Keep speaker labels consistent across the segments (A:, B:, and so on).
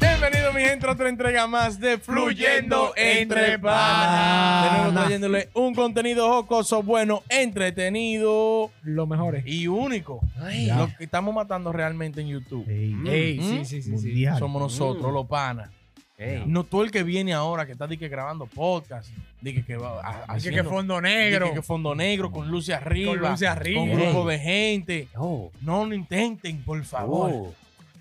A: Bienvenido, mi gente, a otra entrega más de
B: Fluyendo Entre Panas.
A: De nuevo trayéndole un contenido jocoso, bueno, entretenido
C: Los mejores.
A: y único.
C: Ya.
A: Lo que estamos matando realmente en YouTube.
D: Ey,
C: Ey,
A: Mm.
C: sí, sí, sí, sí.
D: mundial.
A: Somos nosotros, los panas. No todo el que viene ahora, que está di que, grabando podcast, di que, que va a-
C: Así
A: haciendo-
C: que fondo
A: di que-
C: negro.
A: que fondo negro, con luces arriba,
C: Con luces arriba.
A: con grupo de gente.
E: Oh,
A: No lo intenten, por favor,
E: oh,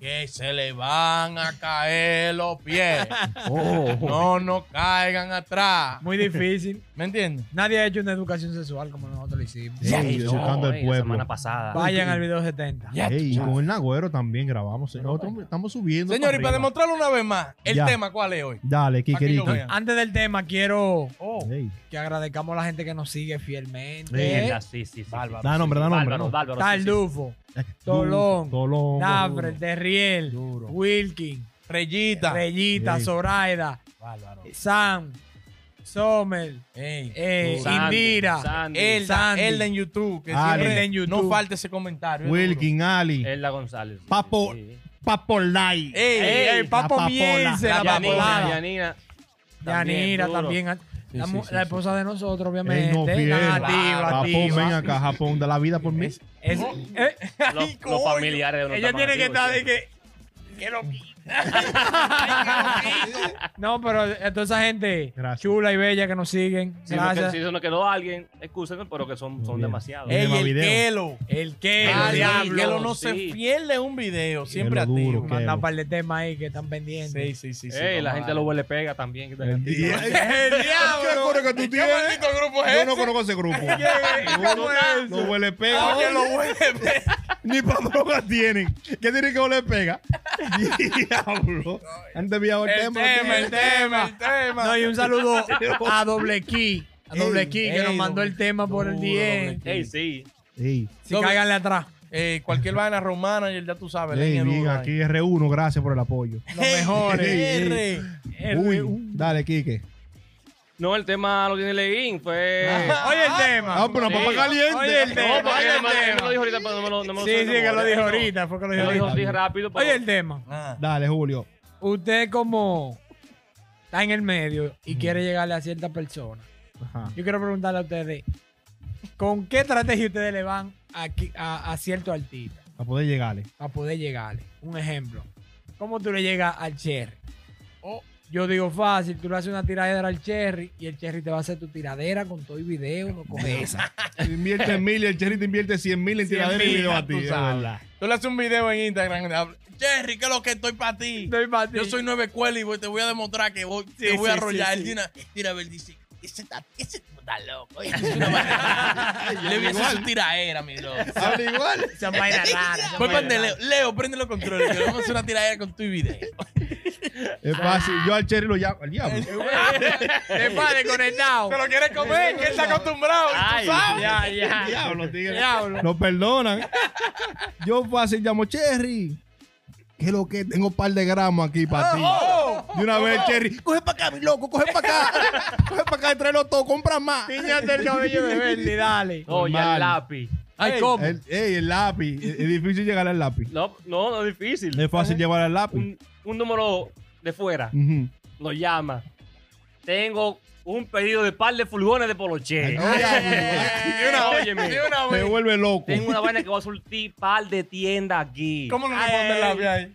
A: que se le van a caer los pies.
E: oh.
A: No nos caigan atrás.
C: Muy difícil.
A: ¿Me entiendes?
C: Nadie ha hecho una educación sexual como nosotros lo hicimos.
D: Ya.
E: Ey, no,
D: Chocando el
E: ey, la
D: pueblo.
E: semana pasada.
C: Vayan al video 70.
A: Ya
D: Ey, y
A: tú sabes.
D: con el Nagüero también grabamos. Nosotros estamos subiendo.
A: Señores, y para
D: arriba.
A: demostrarlo una vez más, el
D: Ya.
A: tema, ¿cuál es hoy?
D: Dale,
A: Pa' que yo
D: Kikerito.
A: vea.
C: Antes del tema, quiero
D: Ey,
C: que agradezcamos a la gente que nos sigue fielmente.
D: Ey.
E: Mierda, sí, sí, sí.
A: Bárbaro.
E: sí.
D: Da nombre, da nombre,
E: Bárbaro,
D: no.
E: bárbaro,
C: Está
E: sí,
C: el
E: sí.
C: Dufo,
D: Duro,
C: Tolón,
D: Tolón.
C: Dafrel, Derriel,
A: Duro.
C: Wilkin,
A: Reyita.
C: Reyita,
D: Ey.
C: Zoraida,
A: Bárbaro.
C: Sam, Sommer,
A: Ey.
C: eh,
E: Sandy,
C: Indira,
E: Sandy,
A: Elda,
C: Sandy.
A: Elda en YouTube. Que
D: Ah,
A: siempre
D: Elda
C: en YouTube.
A: No falta ese comentario. es duro.
D: Wilkin, Ali.
E: Elda González. sí,
D: Papo.
E: sí, sí.
D: Papo Lai.
A: Ey,
C: Ey,
A: ey,
C: el Papo
D: papola.
C: Miense, la
D: La
E: Yanina,
C: papolada.
E: Yanina.
C: Yanira
E: duro.
C: también. ah,
A: Sí,
C: la,
A: sí,
C: mu-
A: sí,
C: la
A: sí.
C: esposa de nosotros, obviamente.
D: Ey, no pierda.
C: activa,
D: Japón,
C: activa.
D: ven acá, Japón, de la vida por mí.
C: Es- eh,
E: Los,
C: ay,
E: los
C: coño.
E: familiares de
C: Ella tiene que estar de que. No, pero a toda esa gente
D: Gracias.
C: chula y bella que nos siguen.
E: Si, no, que-
C: gracias.
E: si se nos quedó alguien, excúsenos, pero que son, son
D: Muy bien.
E: demasiados.
A: Ey,
D: Tema
A: el
D: video.
A: Kelo.
C: El que,
A: El
E: Ay,
A: diablo.
E: diablo,
A: no
E: sí.
A: se pierde un video. Siempre
D: Kelo duro,
A: activo.
D: Kelo.
C: Manda un par de temas ahí que están pendientes.
A: Sí, sí, sí. sí,
E: Ey, la
A: vamos a
E: gente lo
A: darle.
E: huele pega también. que
D: El
E: te-
D: día-
C: ¡El
D: ¿Qué
C: diablo!
D: acuerdo que tú
A: ¿Qué
D: tienes?
A: maldito grupo es
D: Yo no
A: ese?
D: conozco ese grupo.
C: ¿Cómo es eso?
D: No huele pega.
A: Oye, Ah, lo huele.
D: Ni para drogas tienen. ¿Qué tiene que oler pega? Diablo. Han desviado el,
A: El tema, el tema, el tema.
C: No, y un saludo a Doble Key. A Doble Key que
A: ey,
C: nos mandó
A: Doble-
C: el tema por el
A: duro,
C: 10.
A: Doble
E: Ey, sí.
D: Ey,
C: Si
A: Doble-
C: cáiganle atrás.
A: Eh, cualquier vaina romana, y el ya tú sabes.
D: ey,
A: leña
D: bien,
A: duro ahí.
D: aquí R1, gracias por el apoyo.
C: Los mejores.
D: Ey, ey.
C: R.
D: Uy,
C: R.
D: dale, Kike.
E: No, el tema lo tiene Leguín. Fue.
C: Oye el tema.
D: Ah, pero
E: sí.
D: papá caliente.
C: Oye, el tema.
E: No, porque
C: oye
E: él
C: el
E: me- él me
C: tema.
E: lo dijo ahorita, pero no me lo no me
C: Sí,
E: sé de
C: sí, que lo
E: memoria.
C: dijo
E: No,
C: ahorita. Fue que lo
E: él
C: dijo
E: Lo dijo
C: ahorita.
E: así rápido. pero-
C: Oye el tema.
A: Ah.
D: Dale, Julio.
C: Usted como está en el medio y quiere llegarle a cierta persona.
D: Ajá.
C: Yo quiero preguntarle a ustedes, ¿con qué estrategia ustedes le van a, qui- a- a cierto artista
D: Para poder llegarle.
C: para poder llegarle? Un ejemplo. ¿Cómo tú le llegas al Cherry? O yo digo fácil, tú le haces una tiradera al Cherry y el Cherry te va a hacer tu tiradera con todo el video, no con esa.
D: Invierte mil y el Cherry te invierte cien mil en tiradera y
A: mil,
D: video
A: ya
D: a ti.
A: tú
D: es
A: sabes.
D: verdad.
A: Tú le haces un video en Instagram. le hablas, Jerry, ¿qué es lo que estoy para ti?
C: Estoy pa' ti.
A: Yo soy nueve escuela y voy- te voy a demostrar que voy, te
C: Sí,
A: voy a
C: sí,
A: arrollar.
C: sí,
A: Él
C: sí.
A: tiene una- Tira a ver, dice, ese está, ese tipo está loco. ese es una vaina". Le voy a hacer su tiraera, mi loco.
D: Habla igual.
C: Esa vaina rara, esa
A: Voy
C: vaina
A: prende
C: rara.
A: Leo. Leo, prende los controles. Que le vamos a hacer una tiraera con tu video.
D: Es fácil. Yo al Cherry lo llamo. Al diablo.
C: Te padre conectado.
A: lo quieres comer, que él está acostumbrado.
E: Ay,
C: Ya, ya.
D: diablo, tigre.
C: Diablo.
D: Nos perdonan. Yo fácil llamo Cherry. ¿Qué es lo que? Tengo un par de gramos aquí para ti.
C: Oh,
D: De una vez, Cherry. Coge para acá, mi loco. Coge para acá. coge para acá y tráelo todo. Compra más.
C: Piñate el cabello de verde, dale.
E: Oye,
D: Normal.
E: el lápiz.
C: Ay, ¿cómo?
D: El, ey, el lápiz. Es es difícil llegar al lápiz.
E: No, no, no es difícil.
D: Es fácil llevar al lápiz.
E: Un, un número de fuera
D: Ujú.
E: nos llama. Tengo un pedido de par de furgones de poloche.
D: Ay,
A: De una vez,
E: Óyeme.
A: de una
D: Me
A: vez.
D: vuelve loco.
E: Tengo una vaina que va a surtir par de tiendas aquí.
A: ¿Cómo no responde el labio ahí?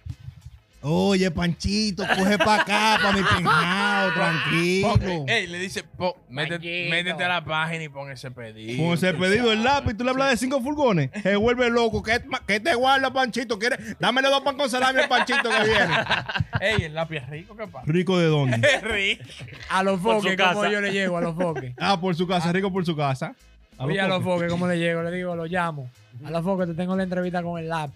D: Oye, Panchito, coge para acá, para mi pinjao, tranquilo.
A: Ey, le dice, po, métete,
E: Maldito.
A: métete a la página y pon ese pedido.
D: Con ese pedido el lápiz, tú le hablas de cinco furgones. Se vuelve loco. ¿Qué, ma- qué te guarda, Panchito? ¿Quieres? Dámele dos pan con salami al Panchito que viene.
A: Ey, el lápiz es rico, ¿qué pasa?
D: ¿Rico de dónde?
A: Es rico.
C: A los
E: Por
C: foques,
E: su
C: como
E: casa.
C: yo le llego, a los foques.
D: Ah, por su casa, rico por su casa.
C: Oye, a los foques, ¿cómo le llego? Le digo, lo llamo. A los foques, te tengo la entrevista con el lab.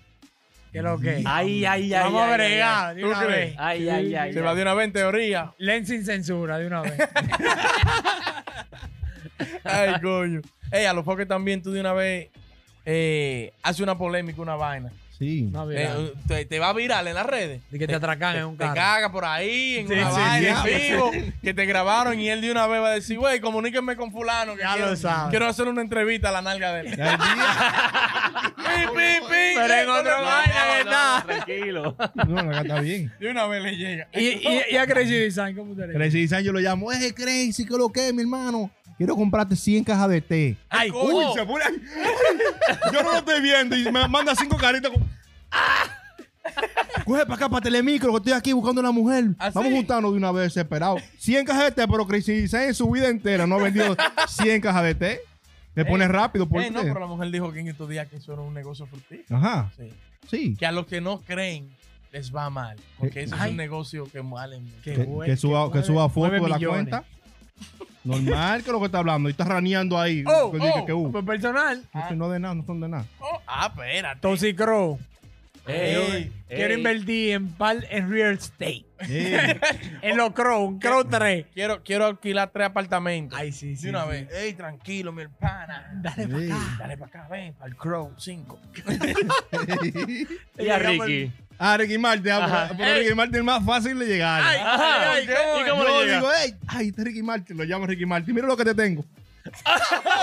C: ¿Qué es lo que?
E: Ay, ay, ay.
C: Vamos a
E: ay, ay,
C: bregar de
A: ¿Tú
C: una
A: crees?
C: vez.
E: Ay, ay, ay.
A: Se
E: ay.
A: va de una vez en teoría.
C: Len sin censura de una vez.
A: Ay, coño. Ey, a los foques también tú de una vez eh, hace una polémica, una vaina. Sí.
C: No, mira.
A: Eh, te, te va viral en las redes.
C: De que te atracan en un
A: Te
C: carro.
A: caga por ahí, en
C: Sí,
A: una
C: sí,
A: vaina
C: sí.
A: en vivo, que te grabaron y él de una vez va a decir, güey, comuníquenme con fulano. Que
C: Ya lo
A: quiero,
C: sabes.
A: Quiero hacer una entrevista a la nalga de él. Pi, pi, pi.
C: Pero en otra vaina que
E: No,
C: está.
E: tranquilo.
D: No, acá está bien.
A: De una vez le llega.
C: Y, y, y a Crazy Design, ¿cómo te le
D: Crazy Design yo lo llamo, eh, Crazy, ¿qué lo que, mi hermano? Quiero comprarte 100 cajas de té.
C: Ay,
A: coño.
D: Se pone
A: Yo no lo estoy viendo y me manda cinco caritas. con-
D: Coge para acá, para Telemicro, que estoy aquí buscando una mujer.
A: ¿Ah,
D: Vamos
A: sí?
D: juntando de una vez, desesperado. 100 cajas de té, pero Crazy Design en su vida entera no ha vendido 100 cajas de té. Te pones rápido por
A: Ey, Eh, no,
D: té.
A: pero la mujer dijo que en estos días que eso era un negocio fructífero.
D: Ajá,
A: Sí.
D: sí.
A: Que a los que no creen les va mal. Porque eso es
C: Ay.
A: un negocio que vale mucho.
D: Que,
C: buen-
D: que suba, que suba foto
C: nueve
D: de la
C: millones.
D: cuenta. Normal que lo que está hablando. Y está raneando ahí.
A: Oh,
D: Que- que-
A: oh. Ah.
D: que, uh,
C: Pues personal,
D: no, son- no de nada, no son de nada.
A: Oh, ah, espérate.
C: Toxicrow.
A: Ey,
C: Quiero
E: Ey.
C: invertir en, pal- en real estate.
D: Eh,
C: En los Crow, un Crow 3.
A: quiero, quiero alquilar tres apartamentos.
C: Ay, sí, sí.
A: de una
C: sí.
A: vez. Ey, tranquilo, mi hermana.
C: Dale
D: Sí.
C: para acá.
A: Dale para acá, ven, para el Crow 5.
E: Y a Ricky.
D: a Ricky Martin, a, porque Ricky Martin es más fácil de llegar.
E: Ajá.
A: Ay, ¿cómo?
E: ¿Y cómo
D: yo
E: le llega?
D: digo, "Ey, ay, este es Ricky Martin, lo llamo Ricky Martin, mira lo que te tengo.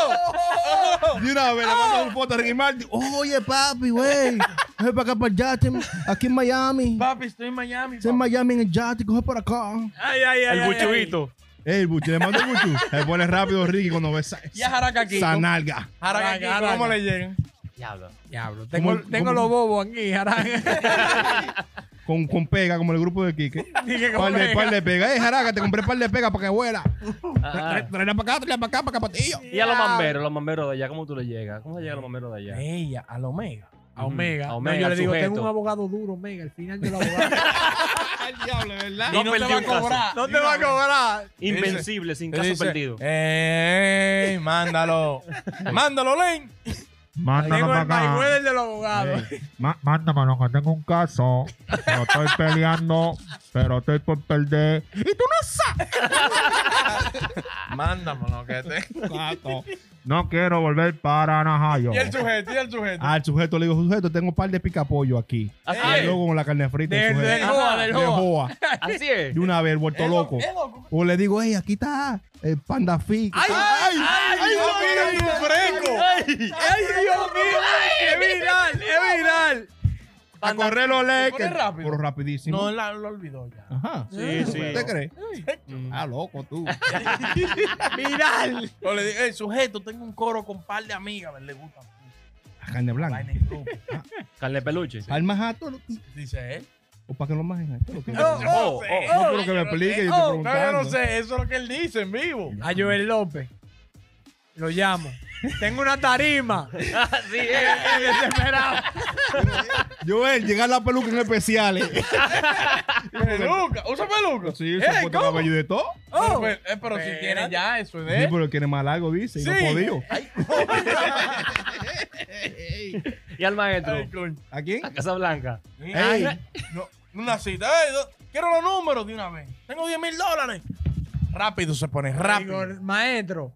D: Y una vez le mando un foto a Ricky Martin. Oye, papi, güey. Coge para acá para el yate, aquí en Miami.
A: Papi, estoy en Miami.
D: Estoy en Miami en el yate, coge para acá.
C: Ay, ay, ay.
E: El
C: ay,
E: buchuito.
D: Ey, el buchu, le mando el buchu. Se pone rápido Ricky cuando ve esa,
A: Y a Jaraka Kiko.
D: esa nalga.
A: Jaraka Kiko,
C: Jaraka.
A: ¿Cómo le llegan?
E: Diablo.
C: ay. Diablo, tengo,
D: ¿Cómo-
C: tengo
D: cómo-
C: los bobos aquí, jaranga.
D: Con, con pega, como el grupo de Quique.
C: Dije,
D: Par de,
C: "Colega".
D: par de pega. Ey, jaraca, te compré par de pega para que vuela.
E: Ajá.
D: Tráela para acá, tráela para acá, para acá, patillo.
E: Ah, Y a los mamberos, los mamberos de allá, ¿cómo tú le llegas? ¿Cómo se llega a los mamberos de allá?
A: Ella, al Omega.
C: A Omega.
E: A
C: No,
E: Omega,
C: yo le
E: al
C: digo, tengo
E: sujeto.
C: un abogado duro, Omega, al final del abogado.
A: Y no, te
E: perdí
A: va a
E: un caso.
A: cobrar.
C: no te va a cobrar.
E: Invencible, sin
A: Te
E: caso
A: dice,
E: perdido.
D: "Eh,
A: Ey, mándalo. mándalo, Len.
F: Mándalo
C: Tengo el
F: para acá.
C: Mayweather de los abogados.
F: Má- Mándamelo, que tengo un caso. Lo estoy peleando, pero estoy por perder.
A: Mándamelo, que te.
F: No quiero volver para Najayo.
A: Y el sujeto, y el sujeto.
D: Al Ah, sujeto le digo, sujeto, tengo un par de picapollo aquí.
E: Así
D: Y
E: es.
D: luego con la carne frita.
C: Del-
D: el sujeto.
C: del Joa, del Joa.
D: Joa.
E: Así es.
D: De una vez, vuelto loco.
A: Es loco.
D: O le digo, hey, aquí está el panda fi. que está- ¡Ay!
A: ¡Ay, no, mira tu fresco!
C: ¡Ay, Dios mío! ¡Es viral! ¡Es viral!
D: A correr los
A: ¿Se pone
D: leques.
A: rápido?
D: Pero rapidísimo.
A: No, la- lo olvidó ya.
D: Ajá.
E: Sí, sí.
D: ¿Usted cree? Ah, loco tú.
C: ¡Viral!
A: Yo le dije, "Ey, sujeto, tengo un coro con un par de amigas, le gusta.
D: La carne blanca.
A: Vaina en grupo.
E: Carne de peluche.
D: Al más alto. lo-
A: Dice él.
D: O para que lo majen. esto lo que-
C: Oh,
D: No,
E: Oh,
A: sé.
E: oh.
D: pero que me explique. Yo estoy
A: No, yo
D: preguntando.
A: no sé, eso es lo que él dice en vivo.
C: A Joel López. Lo llamo. Tengo una tarima.
E: Así es.
D: Joel, llegar la peluca en especiales.
A: Peluca, usa peluca.
D: Sí,
A: Ey,
D: se puede
A: Eh, ¿cómo?
D: cabello y de todo.
A: Pero,
C: Oh.
A: pues, eh, pero si tiene ya, eso es de
D: Sí,
A: él.
D: pero él quiere más largo, dice. Y no
A: Sí.
D: podía.
E: Y al maestro.
A: Ay, coño.
D: ¿A quién?
E: A Casa Blanca.
D: Ey.
A: No, una cita. Ey, do- quiero los números de una vez. Tengo 10 mil dólares. Rápido se pone, rápido.
C: Digo, maestro,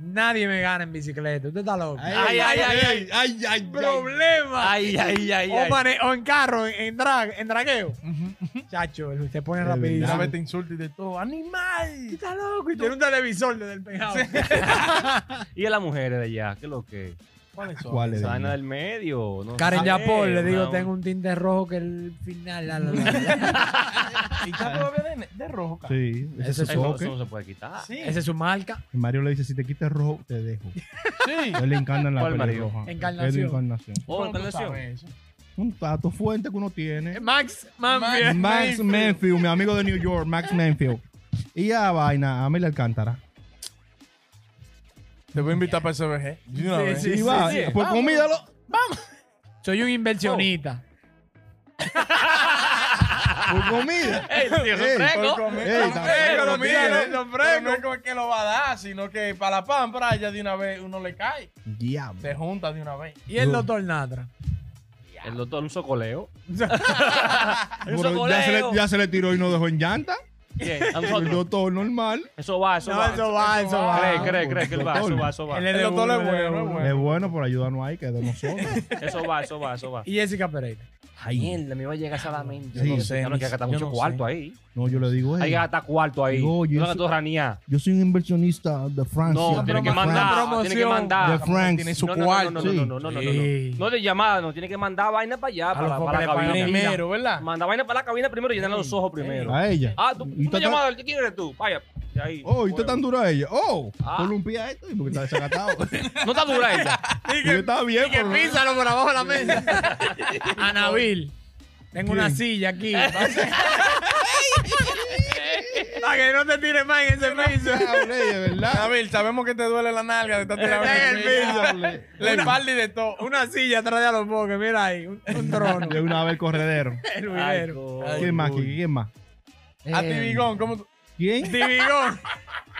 C: nadie me gana en bicicleta. Usted está loco.
E: Ay, ay, ay, ay.
D: ay, ay,
C: Problema.
E: Ay, ay, ay,
C: o,
E: ay.
C: mane- o en carro, en, en drag, en dragueo. Chacho, usted pone
D: De
A: Una
C: rapidísimo.
A: vez te insulta y de todo. ¡Animal!
C: Está loco y tiene un televisor desde el pejado.
E: Y a las mujeres de allá, ¿qué es lo que?
A: ¿Cuáles son?
D: ¿Cuál es?
E: Sana del medio. No
C: Karen
E: sé.
C: Yapol, le digo,
E: Una-
C: tengo un tinte rojo que el final. la, la, la".
A: Y
D: Ah.
A: está todavía de, de rojo, cara.
D: Sí, ese es
C: Ese
D: su
C: es
E: Eso, eso
D: soque.
E: no se puede quitar.
A: Sí.
C: Esa es su marca.
D: Y Mario le dice, si te quitas el rojo, te dejo.
A: Sí.
D: A él le encantan las
E: ¿Cuál
D: pelis
E: Mario?
D: rojas.
C: Encarnación.
D: Es de encarnación.
E: Oh,
A: ¿Cómo tú
E: encarnación.
A: sabes eso?
D: Un tato fuerte que uno tiene.
C: Max Manfield.
D: Eh, Max
A: Manfield.
D: Manfield, mi amigo de New York, Max Manfield. Y a vaina, a Mel Alcántara.
A: Te voy a invitar para SBG. De una
C: Sí,
A: vez.
C: sí.
D: Y va, pues
A: Vamos.
D: comídalo.
C: Soy un inversionista.
D: Por comida.
E: Ey, tío,
D: Ey,
E: son frescos.
A: Por comer.
D: Ey,
A: Los
D: tampoco
A: frescos,
D: lo
A: los
D: tiene.
A: tiene, los frescos. No es como que lo va a dar, sino que para la pampra ya de una vez uno le cae.
D: Diablo.
A: Se junta de una vez.
C: Y el doctor Natra.
E: El doctor, un socoleo. un
D: Pero ya, se le,
E: socoleo.
D: ya se le tiró y no dejó en llanta.
E: Bien, a
D: El
E: nosotros.
D: doctor normal.
E: Eso va, eso
C: No,
E: va.
C: eso va, eso va.
E: Cree, cree, cree que él va, eso va, eso va.
C: Él es
A: El
C: de
A: doctor
C: uno,
A: es
C: él de
A: bueno, es
C: uno.
D: Es bueno por ayudarnos ahí, que es de nosotros.
E: Eso va, eso va, eso va.
C: Y Jessica Pereira.
E: Mierda, me iba a llegar solamente.
D: Sí,
E: Yo no
D: sí,
E: sé, no hay que gastar
C: yo
E: mucho
C: no
E: cuarto ahí.
D: No, yo le digo,
E: Hay
D: "Ey,
E: que gastar cuarto ahí.
D: Digo, yo
E: No
D: soy-
E: gastar ranía.
D: yo soy un inversionista de Francia.
E: No, tiene que
D: De Francia.
E: mandar,
C: promoción.
E: tiene que
D: De
E: mandar.
D: Francia.
A: Tiene su
E: No, no,
A: cuarto.
E: no, no, no, no,
D: sí.
E: no, no, no, no,
C: Sí.
E: no. No de llamada, no tiene que mandar vaina para allá, para,
C: los
E: para la
C: focos le
E: cabina.
C: pagan
A: Primero, ¿verdad?
E: Manda vaina para la cabina primero y llenar los ojos primero.
D: A ella.
E: Ah, tú,
D: Y
E: una
D: tú estás-
E: llamada, ¿qué quieres tú? Vaya, de ahí.
D: Oh, y está tan dura ella. Oh,
E: Ah.
D: columpia esto y porque está desacatado.
E: No está dura ella.
D: Y yo estaba bien, por lo menos.
C: Písalo por abajo de la mesa. Anabil. Tengo una
D: ¿Quién?
C: silla aquí. Para que no te tires más en ese piso.
D: Diablo, ella, ¿verdad?
A: Nabil, sabemos que te duele la nalga de estar tirando
C: Está en el
A: piso. La espalda y de todo.
C: Una silla atrás de los bosques. Mira ahí. Un, un trono.
D: De una vez el corredero.
C: El videro.
D: ¿Quién más? ¿Quién quién más?
A: Oh, A ti, Bigón, ¿cómo tú?
D: ¿Quién?
C: Tibigón.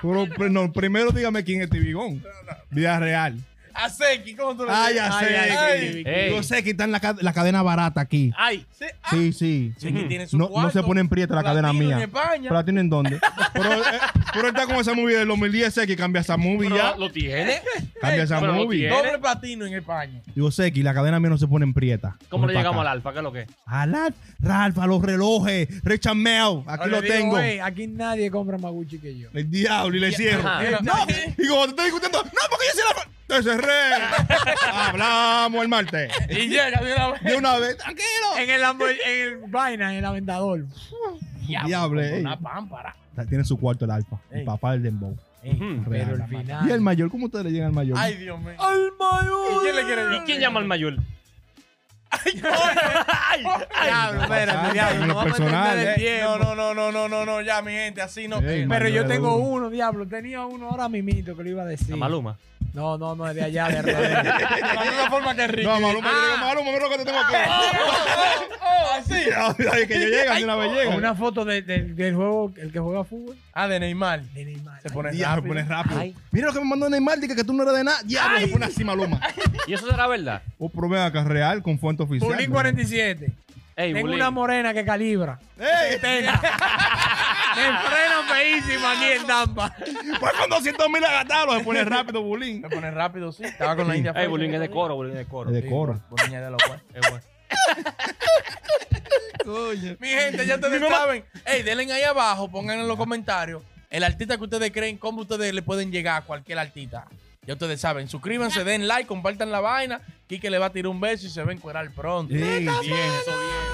D: Pero, pero, no, primero dígame quién es Tibigón. Vida real.
A: A Seki, ¿cómo tú le
D: Ah,
A: dices?
D: ya
C: Ay,
D: sé.
C: ay,
A: ay.
E: Ey.
D: Yo sé que está en la, ca- la cadena barata aquí.
E: Ay,
A: Sí, ah,
D: Sí, sí.
G: Seki tiene su
D: No, no
G: cuarto,
D: se pone en prieta la cadena
A: Platino en
D: mía.
A: España.
D: ¿Pero la tienen dónde? pero, eh, pero él está con esa movie del 2010 sé que cambia esa movie
E: pero
D: ya.
E: lo tiene.
D: Cambia esa
E: pero lo
D: movie.
E: tiene.
A: Doble platino en España.
D: Yo sé que la cadena mía no se pone en prieta.
E: ¿Cómo le
D: Ven pa'
E: llegamos al
D: acá.
E: alfa? ¿Qué es lo que es?
D: Alad, Ralfa, los relojes, Richard Mell, aquí
C: Le
D: lo
C: digo,
D: tengo.
C: "Ey, aquí nadie compra Maguchi que yo.
D: El diablo, y le cierro.
E: Ajá.
D: No, y como te estoy discutiendo, no, porque yo soy la. Te cerré. Hablamos el martes.
A: Y llega de una vez.
D: De una vez, tranquilo.
C: En el, Lambo- en el vaina, en el aventador.
D: Diablo, ey.
A: Una pámpara.
D: Tiene su cuarto el alfa, el
C: Ey.
D: papá del Dembow.
E: Ujú.
C: Pero el
D: Real.
C: final.
D: Y el mayor, ¿cómo ustedes le llegan al mayor?
A: Ay, Dios mío.
C: ¡Al
A: ¿Y quién le quiere
E: ¿Y quién llama al mayor?
C: Diablo, espérate, diablo.
D: en
C: no
D: lo
C: vamos a perder
D: personal.
C: el
A: Eh,
C: tiempo.
A: No, no, no, no, no, no, no, ya, mi gente, así no.
D: Ey,
A: Pero
C: Pero yo
D: Manuel
C: tengo
D: Agudo.
C: uno, diablo. Tenía uno ahora mimito que lo iba a decir.
E: A Maluma.
C: No, no, no, es de allá, de Rodríguez.
A: de la misma forma que Ricky.
D: No, Maluma, yo
A: Ah.
D: digo, Maluma, mira lo que te tengo aquí.
A: oh, así.
D: Ay, que yo llegan de una vez
C: Con
D: llegan.
C: una foto de- de- del juego, el que juega fútbol.
A: Ah, de Neymar.
C: De Neymar.
A: Se pone
D: Diablo,
A: rápido.
D: me pones rápido. Mira lo que me mandó Neymar, dije que tú no eres de nada. Diablo, se pone así Maluma.
E: ¿Y eso será verdad?
D: O probé acá real con fuente oficial.
C: Bulín 47.
E: Ey,
C: Tengo
E: Bulín.
C: una morena que calibra.
D: ¡Ey!
C: Tena. Me frena feísimo aquí en Tampa.
D: Pues con 200 mil agatados se pone rápido, bulín.
A: Me pone rápido, sí. Estaba con la India.
E: Ey,
A: Feria.
E: Bulín es de coro, Bulín es de coro.
D: De coro.
A: Por niña de los guay.
E: Es bueno.
A: Mi gente, ya ustedes saben. Ey, denle ahí abajo, pongan en los comentarios el artista que ustedes creen, cómo ustedes le pueden llegar a cualquier artista. Ya ustedes saben. Suscríbanse, den like, compartan la vaina. Kike le va a tirar un beso y se va a encuerar pronto.
D: Ey,
A: Bien, eso bien.